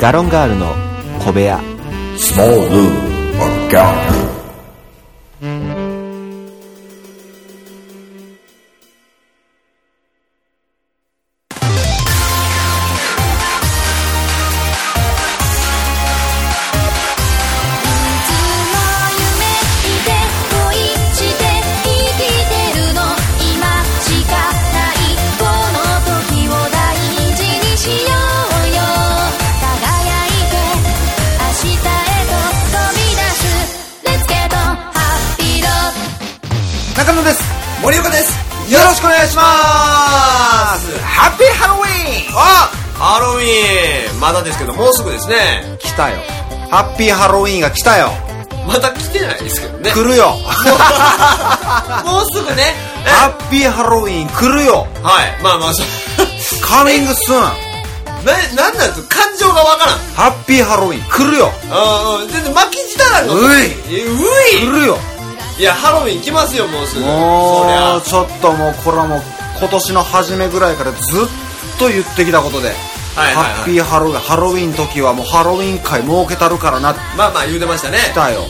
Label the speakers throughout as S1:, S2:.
S1: ガロンガールの小部屋
S2: Small Room or Dark Room.
S3: いつも夢見て恋して生きてるの今しかないこの時を大事にしようよ輝いて明日へと飛び出す Let's get on happy road
S4: 中野です
S5: 森岡です
S4: よろしくお願いします
S5: ハッピーハロウィーン
S4: あ
S5: ハロウィーンまだですけどもうすぐですね
S4: 来たよハッピーハロウィーンが来たよ
S5: まだ来てないですけどね
S4: 来るよ
S5: もうすぐね
S4: ハッピーハロウィーン来るよ
S5: はいまあまあそう
S4: カミングスーン
S5: ななんなんですか感情がわからん
S4: ハッピーハロウィーン来るよ
S5: あ全然巻き舌なの
S4: うい
S5: え
S4: 来
S5: う
S4: るよ
S5: いいやハロウィーン来ますよもうすぐそり
S4: も
S5: ゃ
S4: うちょっともうこれはもう今年の初めぐらいからずっと言ってきたことで、
S5: はいはいはい
S4: ハッピーハロウィンハロウィン時はもうハロウィン会設けたるからなって
S5: まあまあ言うてましたね
S4: 来たよ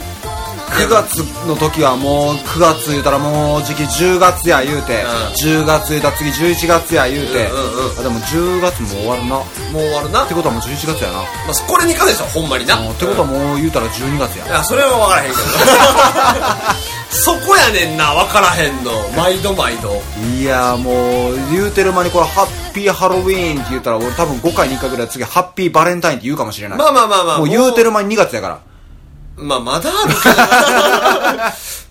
S4: 9月の時はもう9月言うたらもう時期10月や言うて、10月言うたら次11月や言うて、
S5: うんうんうん
S4: あでも10月も終わるなっ
S5: もう終わるな、
S4: てことはもう11月やな、
S5: まあ、これに関してはほんまにな
S4: もうってことはもう言うたら12月や
S5: いやそれは分からへんけど そこやねんな分からへんの毎度毎度
S4: いやーもう言うてる間にこれハッピーハロウィーンって言ったら俺多分5回に1回ぐらい次ハッピーバレンタインって言うかもしれない、
S5: まあまあまあまあ
S4: もう言うてる間に2月やから
S5: まあまだあるけ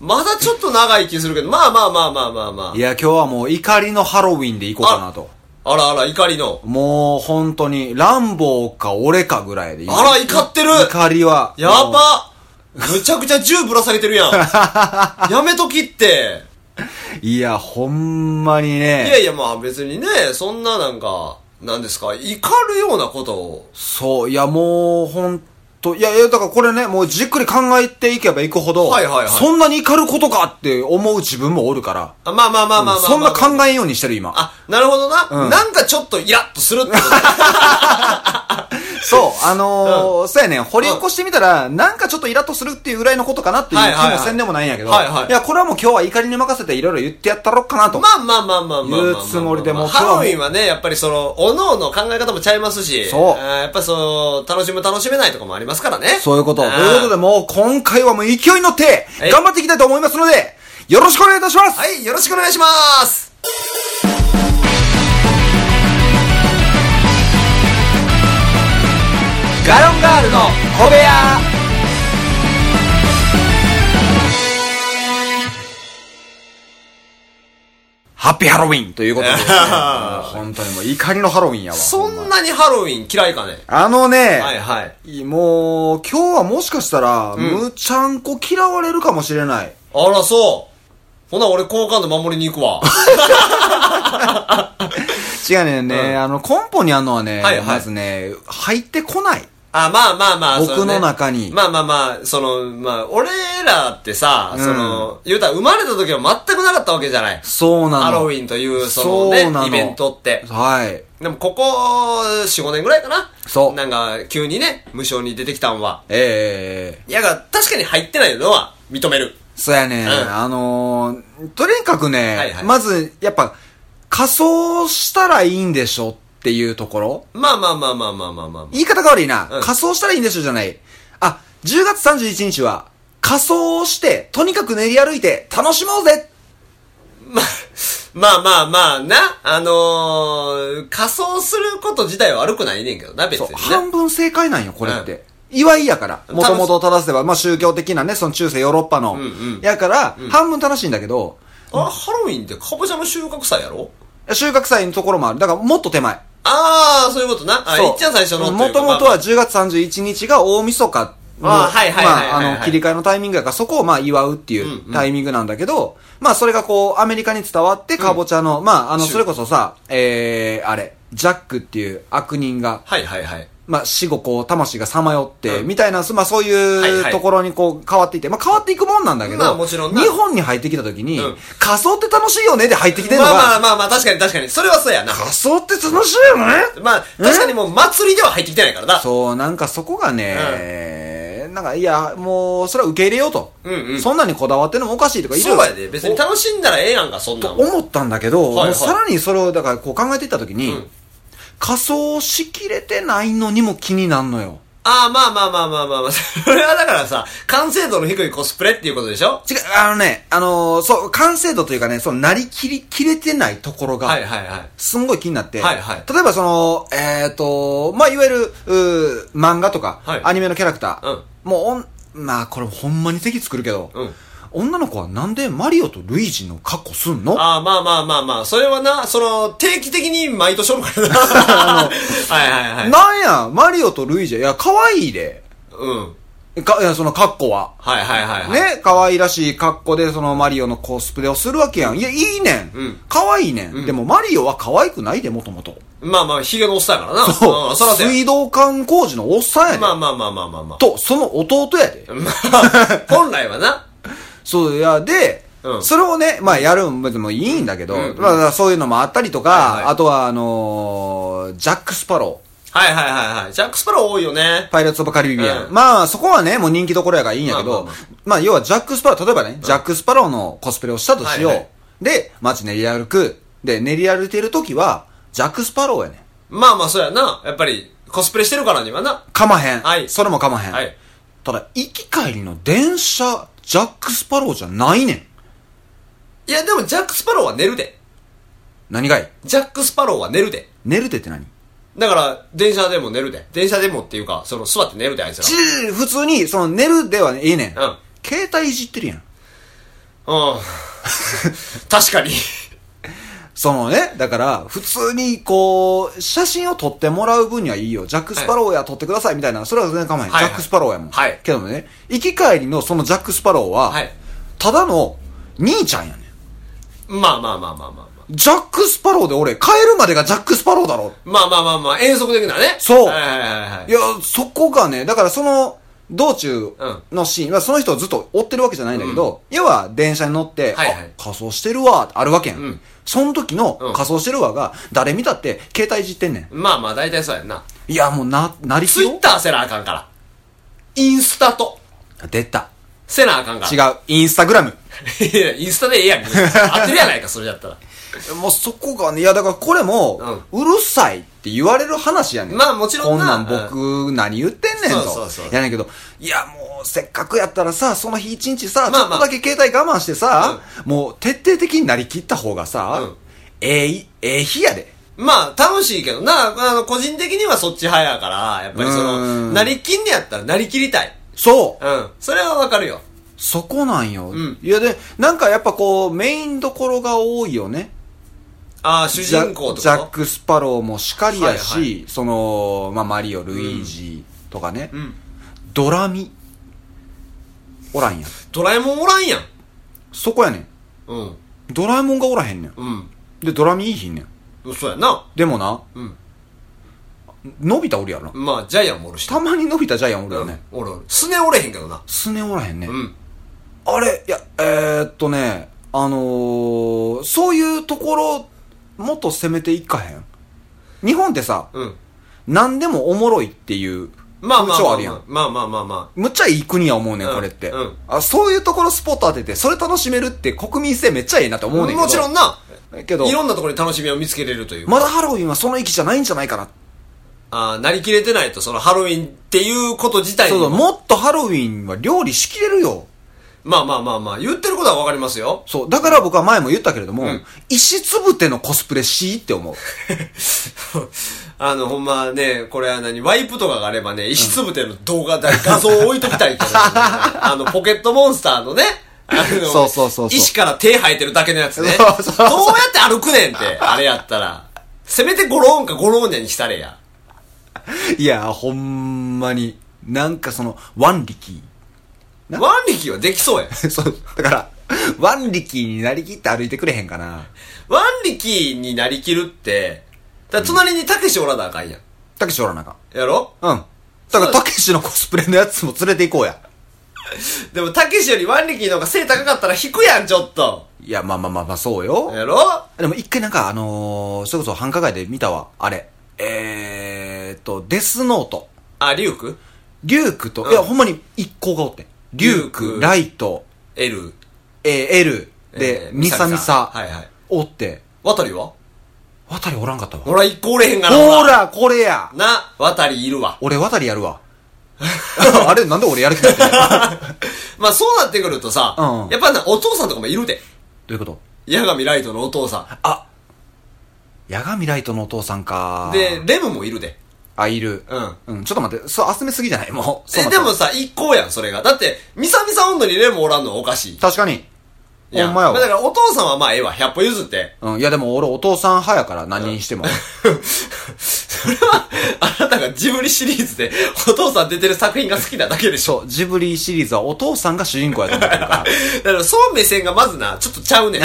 S5: ど まだちょっと長い気するけどまあまあまあまあまあま
S4: いや今日はもう怒りのハロウィーンで行こうかなと
S5: ああらあら怒りの
S4: もう本当にランボーか俺かぐらいでいい
S5: あら怒ってる
S4: 怒りは
S5: やばむちゃくちゃ銃ぶら下げてる やんやめときって
S4: いや、ほんまに
S5: い
S4: ね。
S5: やいやまあ別にねそんななんかなんですか怒るようなことを
S4: そう、いや、もう、ほんと、いや、いや、だからこれね、もうじっくり考えていけばいくほど、
S5: はいはいはい
S4: そんなに怒ることかって思う自分もおるから、
S5: あまあまあまあまあまあまあ、
S4: そんな考えんようにしてる、今。
S5: あ、なるほどな。
S4: うん
S5: なんかちょっとイラッとするってことね
S4: そう、あのーそうやね、掘り起こしてみたら、なんかちょっとイラッとするっていうぐらいのことかなっていう
S5: はいはいは
S4: 気
S5: い
S4: もせんでもないんやけど、
S5: はいはい
S4: や、これはもう今日は怒りに任せていろいろ言ってやったろっかなと。
S5: まあまあまあまあまあまあまあまあ。
S4: 言うつもりでも
S5: ハロウィンはね、やっぱりその、おのおの考え方もちゃいますし。
S4: そう
S5: あーやっぱその、楽しむ楽しめないとかもありますからね。
S4: そういうこと。と
S5: あー
S4: いうことで、もう今回はもう勢いに乗って、
S5: はい
S4: 頑張っていきたいと思いますので、よろしくお願いいたします
S5: はい、よろしくお願いします。
S4: ガロンガールの小部屋ハッピーハロウィンという ことで、ね、もう本当にもう怒りのハロウィンやわ。
S5: そんなにハロウィン嫌いかね。
S4: あのね、
S5: はいはい。
S4: もう今日はもしかしたら、むちゃんこ嫌われるかもしれない。
S5: あら、そう。ほな、俺好感度守りに行く わ。
S4: 違うねんね、
S5: うん
S4: あの、根本にあるのはね、
S5: はいはい
S4: まずね、入ってこない。
S5: あ、まあまあまあ、
S4: 僕
S5: そね
S4: の中に
S5: まあまあまあ、その、まあ、俺らってさ、
S4: うん
S5: その、言うたら生まれた時は全くなかったわけじゃない。
S4: そうなの。
S5: ハロウィンという、そのね
S4: そうなの
S5: イベントって。
S4: はい。
S5: でも、ここ、4、5年ぐらいかな。
S4: そう
S5: なんか、急にね、無償に出てきたんは。
S4: ええ
S5: いやが、確かに入ってないのは、認める。
S4: そうやね、
S5: うん
S4: あのーとにかくね、
S5: はいはい
S4: まず、やっぱ、仮装したらいいんでしょっていうところ
S5: まあまあまあまあまあまあまあ、ま
S4: 言い方が悪いな、
S5: うん
S4: 仮装したらいいんでしょじゃない。あ、10月31日は、仮装をして、とにかく練り歩いて、楽しもうぜ
S5: あ。まあまあまあな、あのー、仮装すること自体は悪くないねんけどな、別
S4: そう、
S5: に、ね。
S4: 半分正解なんよ、これって。祝いやから。もともと正せば、まあ宗教的なね、その中世ヨーロッパの。
S5: うんうん
S4: やから、半分正しいんだけど、
S5: あれ、ハロウィンってかぼちゃの収穫祭やろ
S4: 収穫祭のところもある。だから、もっと手前。
S5: ああ、そういうことな。あ、いっちゃん最初のというか。
S4: もともとは10月31日が大晦日の、
S5: あはいはいはいはいはい
S4: まあ、あの、切り替えのタイミングだから、そこをまあ、祝うってい
S5: んう
S4: うんタイミングなんだけど、まあ、それがこう、アメリカに伝わって、かぼちゃの、まあ、あの、
S5: シュ
S4: それこそさ、えー、あれ、ジャックっていう悪人が、
S5: はいはいはい。
S4: まあ、死後こう、魂がさまよって、みたいな、そまあ、そういう、
S5: はいはい
S4: ところにこう、変わっていって、まあ、変わっていくもんなんだけど、
S5: まあもちろんな
S4: 日本に入ってきた時に、
S5: うん
S4: 仮想って楽しいよねで入ってきてんの
S5: ま
S4: が、
S5: あまあまあまあ、確かに確かに。それはそうやな。
S4: 仮想って楽しいよね
S5: まあ、確かにもう祭りでは入ってきてないから な。
S4: そう、なんかそこがね、なんか、いや、もう、それは受け入れようと。
S5: うんうん
S4: そんなにこだわってるのもおかしいとか、いろい
S5: そう
S4: ろ
S5: やで。別に楽しんだらええやんか、そんなん。
S4: 思ったんだけど、
S5: はいはい
S4: もうさらにそれを、だからこう考えていった時に、
S5: うん
S4: 仮装しきれてないのにも気になんのよ。
S5: ああ、まあまあまあまあまあま あ。それはだからさ、完成度の低いコスプレっていうことでしょ
S4: 違う、あのね、あのーそう、完成度というかね、その、なりきり、きれてないところが、
S5: はいはいはい。
S4: すんごい気になって、
S5: はいはい
S4: 例えばその、えっ、と、まあ、いわゆる、うー漫画とか、
S5: はい
S4: アニメのキャラクター、
S5: うん
S4: もうおん、まあ、これほんまに敵作るけど、
S5: うん
S4: 女の子はなんでマリオとルイージの格好すんの
S5: ああ、まあまあまあまあ。それはな、その、定期的に毎年おるからな。はいはいはい。
S4: なんや、マリオとルイージや、いや、可愛いで。
S5: うん。
S4: か、いや、その格好は。
S5: はいはいはいはい。
S4: ね、可愛らしい格好でそのマリオのコスプレをするわけやん。いや、いいねん。
S5: うん
S4: 可愛いねん,、でもマリオは可愛くないで、もともと。
S5: まあまあ、ヒゲのおっさんやからな。ん そらそうや。
S4: 水道管工事のおっさんやで。
S5: まあまあまあまあまあまあ。
S4: と、その弟やで。
S5: まあ、本来はな。
S4: そう、いや、で、
S5: うん
S4: それをね、まあやるんでもいいんだけど、
S5: うんうん
S4: まあだからそういうのもあったりとか、
S5: はいはい
S4: あとはあのージャック・スパロー、
S5: はいはいはいはい。ジャック・スパロー多いよね。
S4: パイレーツ・オブ・カリビアン。
S5: うん
S4: まあそこはね、もう人気どころやからいいんやけど、ま
S5: まあま
S4: あ要はジャック・スパロー、例えばね、ジャック・スパローのコスプレをしたとしよう。
S5: はいはい
S4: で、街練り歩く。で、練り歩いてる時は、ジャック・スパローやねん。
S5: まあまあ、そうやな。やっぱり、コスプレしてるからにはな。
S4: かまへん。
S5: はい
S4: それもかまへん。
S5: はい
S4: ただ、行き帰りの電車、ジャック・スパローじゃないねん。
S5: いや、でもジャック・スパローは寝るで。
S4: 何がい
S5: ジャック・スパローは寝るで。
S4: 寝るでって何
S5: だから、電車でも寝るで。電車でもっていうか、その、座って寝るで、あいつら
S4: ち。普通に、その、寝るではねええねん。
S5: うん
S4: 携帯いじってるやん。
S5: うん。 確かに。
S4: そのね、だから、普通に、こう、写真を撮ってもらう分にはいいよ。ジャック・スパローや、撮ってください、みたいな。それは全然構わへん。
S5: はいはい
S4: ジャック・スパローやもん。
S5: はい
S4: けどもね、行き帰りのそのジャック・スパローは、
S5: はい
S4: ただの、兄ちゃんやねん。
S5: まあまあまあまあまあまあ。
S4: ジャック・スパローで俺、帰るまでがジャック・スパローだろ。
S5: まあまあまあまあ、遠足的なね。
S4: そう
S5: はいはいはいはい
S4: いや、そこがね、だからその、道中のシーン、まあその人をずっと追ってるわけじゃないんだけど、要は電車に乗って、
S5: はいはい
S4: あ仮装してるわ、あるわけやん。
S5: ん
S4: その時の
S5: うん
S4: 仮装してるわが、誰見たって携帯いじってんねん。
S5: まあまあ、大体そうやんな。
S4: いや、もうな、なりき
S5: ツイッ
S4: よ。
S5: ターせなあかんから。インスタと。
S4: 出た。
S5: せなあかんから。
S4: 違う。インスタグラム。
S5: いやインスタでええやん。合ってるやないか、それやったら。
S4: もうそこがね、いやだからこれも、うるさいって言われる話やねん。
S5: まあもちろん
S4: こん
S5: な
S4: なん僕、何言ってんねんと。
S5: そうそうそう
S4: やねんけど、いやもうせっかくやったらさ、その日一日さ、
S5: まあまあ
S4: ちょっとだけ携帯我慢してさ、もう徹底的になりきった方がさ、
S5: うん
S4: ええい、ええ日やで。
S5: まあ、楽しいけどな、あの、個人的にはそっち派やから、やっぱりそうの、
S4: ん
S5: なりきんねやったらなりきりたい。
S4: そう、
S5: うん。それはわかるよ。
S4: そこなんよ、
S5: ん
S4: いやで、なんかやっぱこう、メインどころが多いよね。
S5: ああ、主人公と
S4: ジャジャ
S5: か
S4: ッ。ク・スパローもしかりやし、
S5: はいは
S4: その、まあ、マリオ、ルイージーとかね、
S5: ん
S4: ドラミ、おらんやん。
S5: ドラえもんおらんやん。
S4: そこやねん。
S5: うん。
S4: ドラえもんがおらへんねん。
S5: うん。
S4: で、ドラミいいひんねん。
S5: そうやな。
S4: でもな、
S5: うん
S4: のび太おるやろな。
S5: まあ、ジャイアンもおるし。
S4: たまにのび太ジャイアンおるよね。
S5: うん。おるおる。すねおれへんけどな。
S4: スネおらへんね。
S5: うん。
S4: あれ、いや、えー、っとね、あのー、そういうところ、もっと攻めていかへん。日本ってさ、
S5: うん。
S4: 何でもおもろいっていう
S5: まあまあ
S4: 風
S5: ま
S4: 潮
S5: あ
S4: あるやん。
S5: まあまあまあま
S4: むっちゃいい国や思うねん、
S5: うん
S4: これって、
S5: うん
S4: あ。そういうところスポット当てて、それ楽しめるって国民性めっちゃいいなって思
S5: あ。
S4: うねんけど。
S5: もちろんな。
S4: けど
S5: い、ろんなところに楽しみを見つけれるという。
S4: まだハロウィンはその域じゃないんじゃないかな。
S5: ああ、なりきれてないと、そのハロウィンっていうこと自体
S4: そう
S5: に
S4: そう、
S5: も。
S4: もっとハロウィンは料理しきれるよ。
S5: まあまあまあまあ、言ってることはわかりますよ。
S4: そう、だから僕は前も言ったけれども、
S5: うん
S4: 石つぶてのコスプレしいって思う。
S5: あの、ほんまね、これは何、ワイプとかがあればね、石つぶての動画だ、画像を置いときたい けど、あの、ポケットモンスターのね、あの
S4: そうそうそうそう
S5: 石から手生えてるだけのやつね。
S4: そうそうそう
S5: どうやって歩くねんって、あれやったら。せめてゴローンかゴローニャにしたれや。
S4: いや、ほんまに、なんかその、腕力。な
S5: ワンリキはできそうや。
S4: そう、だから、腕力になりきって歩いてくれへんかな。
S5: ワンリキになりきるって、だから隣にたけしおらなあかんやん。
S4: たけしおらなあかん。
S5: やろ
S4: うん。だから、たけしのコスプレのやつも連れて行こうや。
S5: でも、たけしよりワンリキーの方が背高かったら引くやん、ちょっと。
S4: いや、まあまあまあまあ、そうよ。
S5: やろ
S4: でも一回なんか、あのー、それこそ繁華街で見たわ。あれ。えーっと、デスノート。
S5: あ、リュウク
S4: リュウクと、
S5: うん
S4: いや、ほんまに一行がおってん。リュウ
S5: リュウ
S4: ク、
S5: ク
S4: ライト、
S5: エル。
S4: えー、エル、で
S5: え、ー
S4: ミサミサ、
S5: はいはい
S4: おって、
S5: 渡りは
S4: 渡りおらんかったわ。
S5: ほら、一個おれへんがな。
S4: ほら、これや
S5: な、渡りいるわ。
S4: 俺渡りやるわ。 あれ、なんで俺やる気になってんのど
S5: まあ、そうなってくるとさ、
S4: うん
S5: やっぱな、お父さんとかもいるで。
S4: ういうこと
S5: 矢神ライトのお父さ
S4: あ、ヤガミライトのお父さんか
S5: ん。。で、、レムもいるで。
S4: あ、いる。
S5: うん。
S4: うん、ちょっと待って、そう、集めすぎじゃないもう。そう
S5: え、
S4: なった
S5: でもさ、一行やん、それが。だって、ミサミサ温度にレムおらんのはおかしい。
S4: 確かに。
S5: いや
S4: ほんまやわ
S5: だから、お父さんはまあ、ええわ。100歩譲って。
S4: うん、いやでも俺お父さん派やから何にしても。
S5: それは、あなたがジブリシリーズで、お父さん出てる作品が好きなだけでしょ。
S4: そう、ジブリシリーズはお父さんが主人公やと思ってるから。
S5: だから、そう目線がまずな、ちょっとちゃ うねん。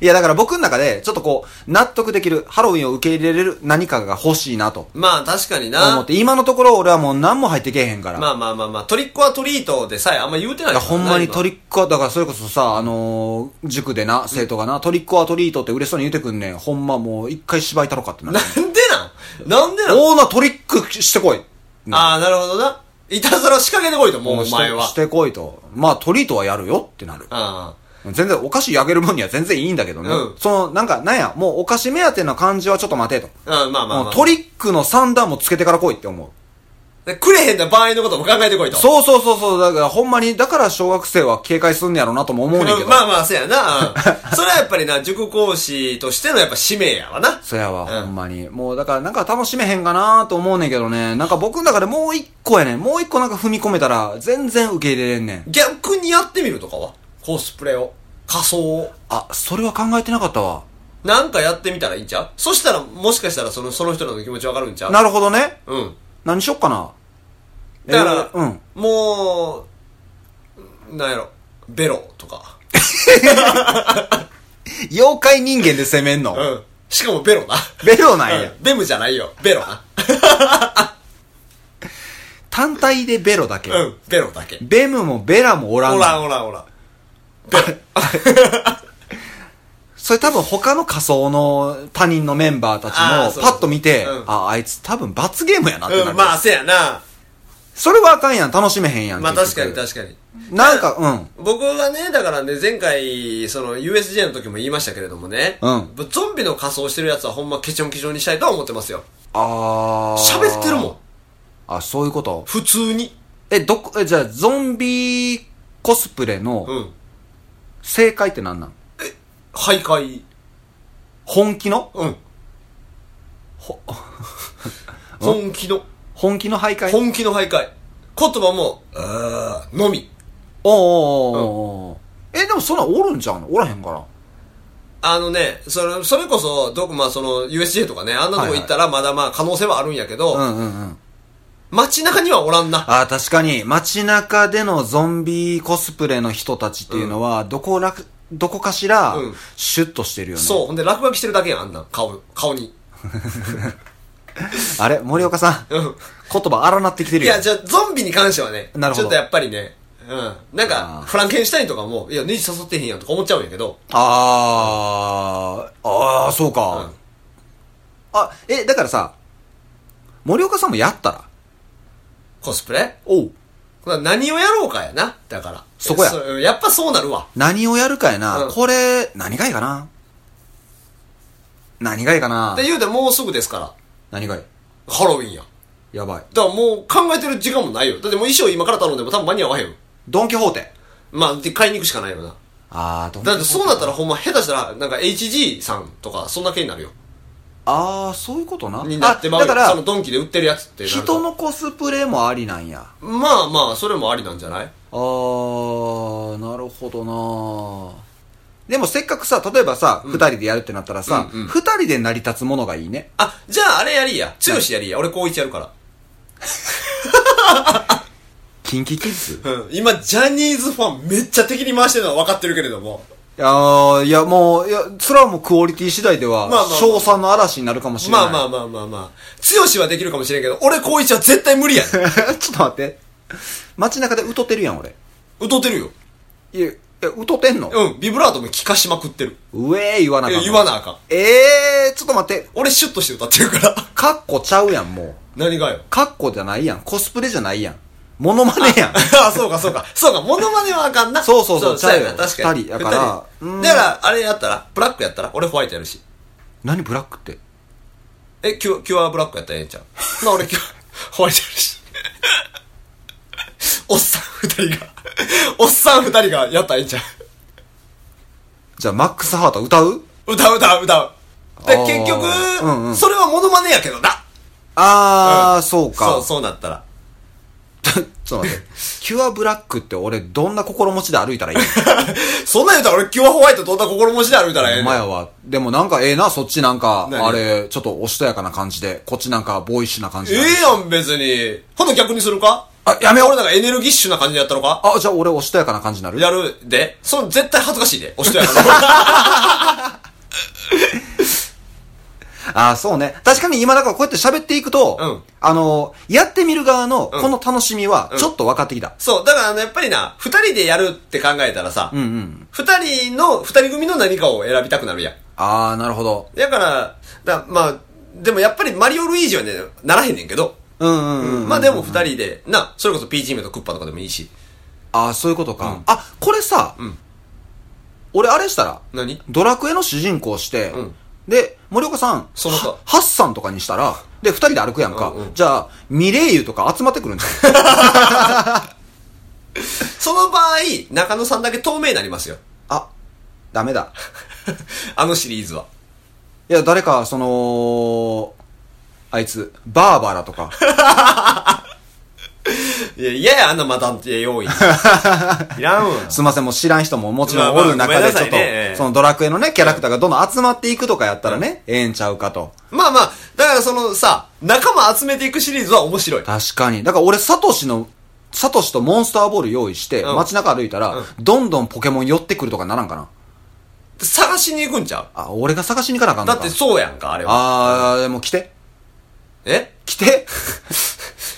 S4: いやだから僕の中でちょっとこう、納得できる、ハロウィンを受け入れれる何かが欲しいなと
S5: まあ、確かにな。
S4: 思って、今のところ俺はもう何も入ってけえへんから。
S5: まあまあまあまあ、トリックはトリートでさえあんま言うてない
S4: い
S5: か
S4: や
S5: ら
S4: ほんまにト
S5: リ
S4: リックは、だからそれこそさ、あのー塾でな、生徒がな、トリックはトリートって嬉しそうに言うてくんねん。ほんまもう一回芝居たろかってなる。
S5: なんでなんなんでなん
S4: おーな、トリックしてこい。
S5: ああ、なるほどな。いたずら仕掛けてこいと、もうお
S4: して
S5: 前は
S4: し。てこいと。まあトリートはやるよってなる。
S5: あ
S4: 全然お菓子あげる分には全然いいんだけどね。
S5: うん
S4: その、なんか、なんや、もうお菓子目当ての感じはちょっと待てと。
S5: あ、うん、まあまあ、ま
S4: も
S5: あ。
S4: うトリックの三段もつけてから来いって思う。
S5: でくれへんな場合のことも考えてこいと。
S4: そうそうそうそう、だからほんまに、だから小学生は警戒すんねやろなとも思うねんけど。
S5: まあまあ、そうやな。う んそれはやっぱりな、塾講師としてのやっぱ使命やわな。
S4: そやわ、
S5: うん
S4: ほんまに。もうだからなんか楽しめへんかなと思うねんけどね。なんか僕の中でもう一個やねん。もう一個なんか踏み込めたら全然受け入れれんねん。
S5: 逆にやってみるとかはコスプレを。仮装を。
S4: あ、それは考えてなかったわ。
S5: なんかやってみたらいいんちゃうそしたら、もしかしたらその、その人らの気持ちわかるんちゃう
S4: なるほどね。
S5: うん。
S4: 何しよっかな。
S5: だから、
S4: えーうん。
S5: もう、なんやろ、ベロとか。
S4: 妖怪人間で攻めんの。
S5: うん。しかもベロな。
S4: ベロなんや。
S5: うんベムじゃないよ。ベロな。
S4: 単体でベロだけ。
S5: うん。ベロだけ。
S4: ベムもベラもおらんの
S5: ほらほらほら。
S4: それ多分他の仮想の他人のメンバーた
S5: あー
S4: ち
S5: そ
S4: も
S5: うそう
S4: パッと見て、
S5: うん
S4: あ、あいつ多分罰ゲームやなってなる。
S5: うん、まあ、せやな。
S4: それはあかんやん、楽しめへんやん。
S5: まあ確
S4: 結
S5: かに
S4: 局
S5: 確かに。
S4: なんか、うん。
S5: 僕がね、だからね、前回、その、USJ の時も言いましたけれどもね、
S4: うん
S5: ゾンビの仮装してるやつはほんまケチョンケチョンにしたいとは思ってますよ。
S4: あー。
S5: 喋ってるもん。。
S4: あ、そういうこと。
S5: 普通に。
S4: え、どこ、え、じゃあ、ゾンビコスプレ
S5: う
S4: の
S5: ん。
S4: 正解ってなんなん
S5: 徘徊。
S4: 本気の
S5: うん。本気の、
S4: 本気の徘徊
S5: 本気の徘徊。言葉も、あーのみ。
S4: おーおーおーおーえ、でもそんなんおるんじゃんおらへんから。
S5: あのね、それ、それこそ、どこ、まあその、USJ とかね、あんなとこ行ったらまだまあ可能性はあるんやけど、
S4: うんうんうん。
S5: 街中にはおらんな。
S4: ああ、確かに、街中でのゾンビコスプレの人たちっていうのは、どこらく、どこかしら
S5: うん、
S4: シュッとしてるよね。
S5: そう。ほんで落書きしてるだけやん、あんなん。顔、顔に。
S4: あれ森岡さん。
S5: うん。
S4: 言葉荒なってきて
S5: い
S4: るよ。
S5: や、じゃあ、ゾンビに関してはね、
S4: なるほど
S5: ちょっとやっぱりね、うん。な
S4: あ
S5: んか、
S4: ー
S5: フランケンシュタインとかも、いや、ネジ誘ってへんやんとか思っちゃうんやけど、
S4: あー、あー、そうか。
S5: うん
S4: あ、え、だからさ、森岡さんもやったら
S5: コスプレ
S4: おう。
S5: これは何をやろうかやな。だから。
S4: そこや
S5: うやっぱそうなるわ。
S4: 何をやるかやな。
S5: うん
S4: これ、何がいいかな何がいいかな
S5: で、言うてもうすぐですから。
S4: 何がいい
S5: ハロウィンや。
S4: やばい。
S5: だからもう考えてる時間もないよ。だってもう衣装今から頼んでも多分間に合わへんよ。
S4: ドンキホーテ。
S5: まあ、で買いに行くしかないよな。
S4: あー、ドンキ
S5: だってそうなった
S4: ら。
S5: らほんま下手したら、なんか HG さんとか、そんな系になるよ。
S4: あー、そういうことな。
S5: になってま
S4: あ
S5: うよ
S4: だから
S5: その、ドンキで売ってるやつってなると
S4: 人のコスプレもありなんや。
S5: まあまあ、それもありなんじゃない
S4: あー、なるほどなでもせっかくさ、例えばさ、二、人でやるってなったらさ、二、
S5: うんうん
S4: 人で成り立つものがいいね。
S5: あ、じゃああれやりや。剛やりや。俺高一やるから。
S4: キンキキッズ
S5: うん、今、ジャニーズファンめっちゃ敵に回してるのは分かってるけれども。
S4: いやーいや、もう、いや、それはもうクオリティ次第では
S5: まあまあ、
S4: 賞賛の嵐になるかもしれない。
S5: まあまあまあまあまあ。強しはできるかもしれんけど、俺高一は絶対 無理やん。
S4: ちょっと待って。街中で歌ってるやん、俺。
S5: 歌ってるよ。
S4: いや、いや歌ってんの
S5: うん、ビブラートも聞かしまくってる。
S4: うえー言わなあ
S5: い
S4: か
S5: や
S4: ん。
S5: 言わなあかん。
S4: えー、ちょっと待って。
S5: 俺シュッとして歌ってるから。
S4: カッコちゃうやん、もう。
S5: 何がよ。
S4: カッコじゃないやん。コスプレじゃないやん。モノマネやん。
S5: あ、そうかそうか。そうか、モノマネはあかんな。
S4: そうそうそう
S5: そうや
S4: ちゃう
S5: な
S4: よ
S5: 確かに。
S4: 二人やから
S5: 二人
S4: うん
S5: だから、あれやったら、ブラックやったら、俺ホワイトやるし。
S4: 何ブラックって。
S5: え、キュア、キュアブラックやったらええんちゃ う。な、俺キュア、ホワイトやるし。 おっさん二人が、おっさん二人がやったらええんちゃ
S4: じゃあ、マックスハート歌う
S5: う。歌う歌う歌う。で、
S4: あー
S5: 結局、
S4: うんうん
S5: それはモノマネやけどな。
S4: あー、そう
S5: そ
S4: か
S5: う、。そうなったら。
S4: ちょっと待って。キュアブラックって俺、どんな心持ちで歩いたらいい
S5: そんなん言うたら俺キュアホワイトどんな心持ちで歩いたらええ
S4: のお前
S5: ねん。
S4: やわ。でもなんかええな、そっちなんか、
S5: 何
S4: あれ、ちょっとおしとやかな感じで、こっちなんかボーイッシュな感じ
S5: え
S4: で。
S5: えやん、別に。ほんと逆にするか
S4: あやめよう
S5: 俺なんかエネルギッシュな感じでやったのか
S4: あ、じゃあ俺おしとやかな感じになる
S5: やるでその絶対恥ずかし いで。おしとやか
S4: ああ、そうね。確かに今だからこうやって喋っていくと、
S5: うん
S4: あのー、やってみる側の
S5: うん
S4: この楽しみは
S5: ん、
S4: ちょっと分かってきた。
S5: な。そう、だからあの、やっぱりな、二人でやるって考えたらさ、
S4: うんうん。
S5: 二人の、二人組の何かを選びたくなるやん。
S4: ああ、なるほど。
S5: だから、だまあ、でもやっぱりマリオルイージはね、ならへんねんけど、
S4: うんうんうん。
S5: まあでも二人で、な、それこそピーチームとクッパとかでもいいし。
S4: ああ、そういうことか。
S5: うん
S4: あ、これさ、
S5: ん
S4: 俺あれしたら、
S5: 何
S4: ドラクエの主人公して、
S5: うん
S4: で、森岡さん、
S5: その他
S4: はハッサンとかにしたら、で、二人で歩くやんか。
S5: うんうん
S4: じゃあ、ミレイユとか集まってくるんじゃん。
S5: その場合、中野さんだけ透明になりますよ。
S4: あ、ダメだ。
S5: あのシリーズは。
S4: いや、誰か、その、あいつ、バーバラとか。
S5: いや、いやや、あんなマダンって用 意。いらんわ。
S4: すみません、もう知らん人ももちろん
S5: まあ
S4: お
S5: まあ
S4: る中で、ちょっ
S5: ごめんなさいねええ
S4: と、そのドラクエのね、キャラクターがどんどん集まっていくとかやったらね、ええんちゃうかと。
S5: まあまあ、だからそのさ、仲間集めていくシリーズは面白い。
S4: 確かに。だから俺、サトシの、サトシとモンスターボール用意して、
S5: うん
S4: 街中歩いたら、どんどんポケモン寄ってくるとかならんかな。
S5: 探しに行くんちゃ
S4: あ、俺が探しに行かなあか
S5: うんだ
S4: の
S5: っ
S4: か。
S5: てそうやんか、あれは。
S4: あー、でも来て。
S5: え
S4: 来て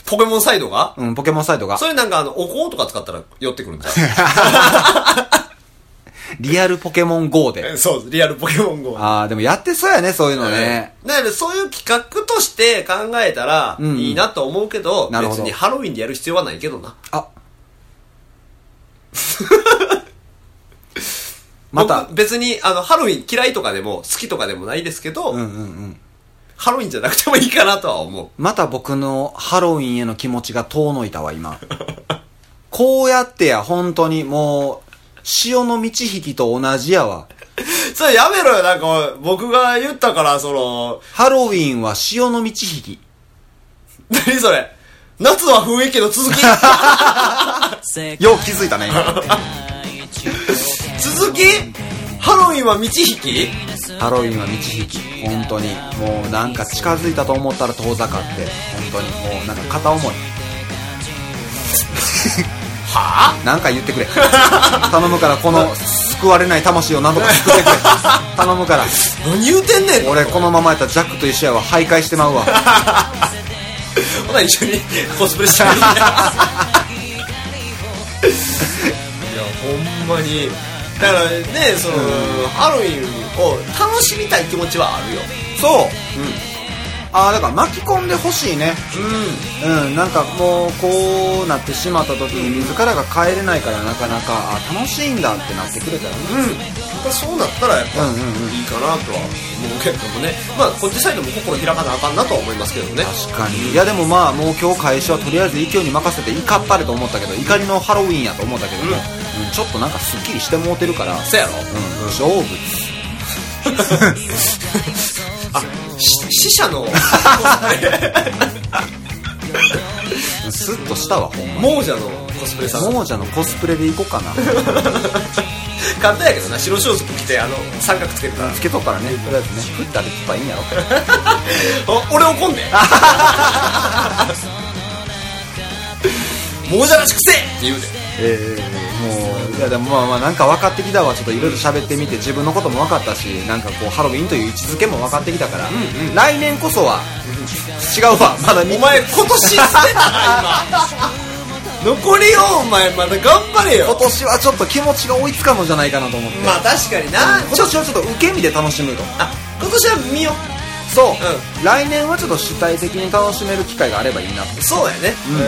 S5: ポケモンサイドが
S4: うん、ポケモンサイトが
S5: そ。れなんかあの、お香とか使ったら寄って くるんちゃ
S4: リアルポケモン GO で。
S5: うそう、リアルポケモン GO。
S4: あー、でもやってそうやね、そういうのね。
S5: だからそういう企画として考えたら
S4: うん
S5: いいなと思うけど、
S4: なるほ
S5: 別
S4: ど
S5: にハロウィンでやる必要はないけどな。
S4: あ。 また
S5: 僕。別にあの、ハロウィン嫌いとかでも好きとかでもないですけど、
S4: うんうんうん。
S5: ハロウィンじゃなくてもいいかなとは思う。
S4: また僕のハロウィンへの気持ちが遠のいたわ、今。こうやってや、本当に、もう、潮の満ち引きと同じやわ。
S5: それやめろよ、なんか僕が言ったから、その、
S4: ハロウィンは潮の満ち引き。
S5: 何それ夏は雰囲気の 続き
S4: よう気づいたね、今
S5: 続きハロウィンは道引き
S4: ハロウィンは道引き本当にもうなんか近づいたと思ったら遠ざかって本当にもうなんか片思い はあなんか言ってくれ頼むからこの救われない魂を何とか救 ってくれ頼むから
S5: 何言うてんねん
S4: 俺このままやったらジャックと一緒やわ徘徊してまうわ
S5: ほな一緒に コスプレしてみる いやほんまにだからねそのハロウィンを楽しみたい気持ちはあるよ
S4: そう、うん、ああだから巻き込んでほしいねうん、なんかもうこうなってしまった時に自らが帰れないからなかなかあ楽しいんだってなってくれたらね
S5: うんうんやっぱそうなったらやっぱ
S4: うんうんうん
S5: いいかなとは思うけどもねまあこっちサイドも心開かなあかんなとは思いますけどね
S4: 確かにいやでもまあもう今日会社はとりあえず勢いに任せて怒ったれと思ったけど怒りのハロウィンやと思ったけども、うんちょっとなんかすっきりしてもうてるからうん
S5: そやろ
S4: 成仏
S5: し死者の
S4: スッとしたわほんま
S5: 亡者のコスプレ さん
S4: ももちゃんのコスプレでいこうかな
S5: 簡単やけどな白装束着てあの三角つけてたら
S4: つけとくからねとりあえずね振ったらいっぱいいいんやろ
S5: あ俺怒ん ねんもうじゃらしくせえって言うで
S4: ええもういやでもまあまあなんか分かってきたわちょっといろいろ喋ってみて自分のことも分かったしなんかこうハロウィンという位置づけも分かってきたから、来年こそは違うわまだ
S5: お前今年捨て たな今残りよお前まだ頑張れよ
S4: 今年はちょっと気持ちが追いつかんのじゃないかなと思って、
S5: まあ確かにな
S4: 今年はちょっと受け身で楽しむと
S5: あ今年は見よ
S4: そう、
S5: う
S4: 来年はちょっと主体的に楽しめる機会があればいいなって
S5: うそうやねうん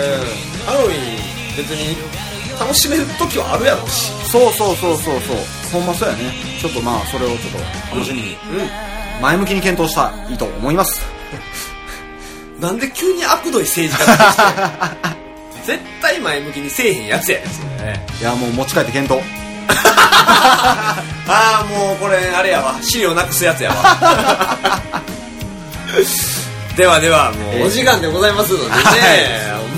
S5: ハロウィン別に楽しめる時はあるやろうし
S4: そうそうそうそうそうほんまそうやねちょっとまあそれをちょっと楽しみに、前向きに検討したいと思います
S5: なんで急に悪どい政治家が出てきて 絶対前向きにせえへんやつやねんそれね
S4: いやもう持ち帰って検討
S5: ああもうこれあれやわ資料なくすやつやわ ではではもうお時間でございますの でね、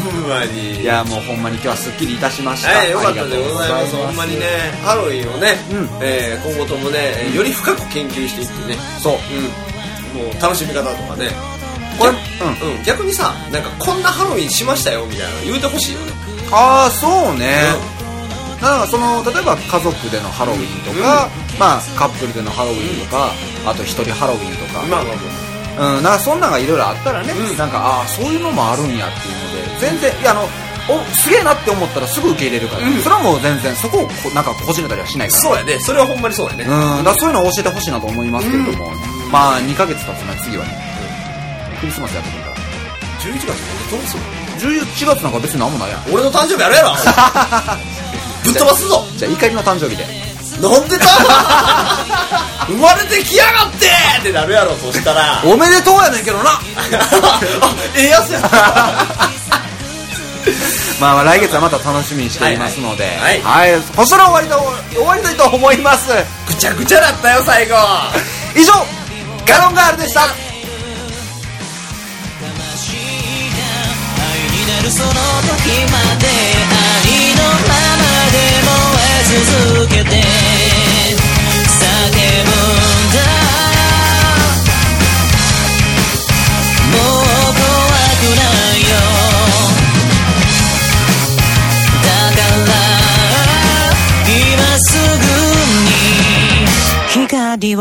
S5: ほんまに
S4: いやもうほんまに今日はすっきりいたしました、
S5: はい、よかったでございますほんまにねハロウィンをね、
S4: うん
S5: えー今後ともね、えーより深く研究していってね
S4: そう
S5: うんもう楽しみ方とかねこれ、うん逆にさなんかこんなハロウィンしましたよみたいなの言うてほしいよね
S4: ああそうね、なんかその例えば家族でのハロウィンとか、まあ、カップルでのハロウィンとか、あと一人ハロウィンとか、
S5: まあまあまあ
S4: うん、なんかそんなんがいろいろあったらね、
S5: うん
S4: なんかああそういうのもあるんやっていうので全然いやあのおすげえなって思ったらすぐ受け入れるから、
S5: うん
S4: それはもう全然そこをこなんかこじれたりはしないから
S5: そうやねそれはほんまにそうやね、
S4: うん、だからそういうのを教えてほしいなと思いますけれども、まあ2ヶ月経つな次はね、クリスマスやってくるから
S5: 11月ってどうする
S4: 11月なんか別に何もないやん
S5: 俺の誕生日あれや ろぶっ飛ばすぞ
S4: じゃあ怒りの誕生日で
S5: なん でだ生まれてきやがってってなるやろそしたら
S4: おめでとうやねんけどな
S5: あええやつや
S4: まあまあ来月はまた楽しみにしていますので
S5: は
S4: はいい、そしたら終わりと終わりたいと思います
S5: ぐちゃぐちゃだったよ最後
S4: 以上ガロンガールでした
S6: 愛になるその時まで愛のままで燃え続けて叫ぶんだもう怖くないよだから今すぐに光を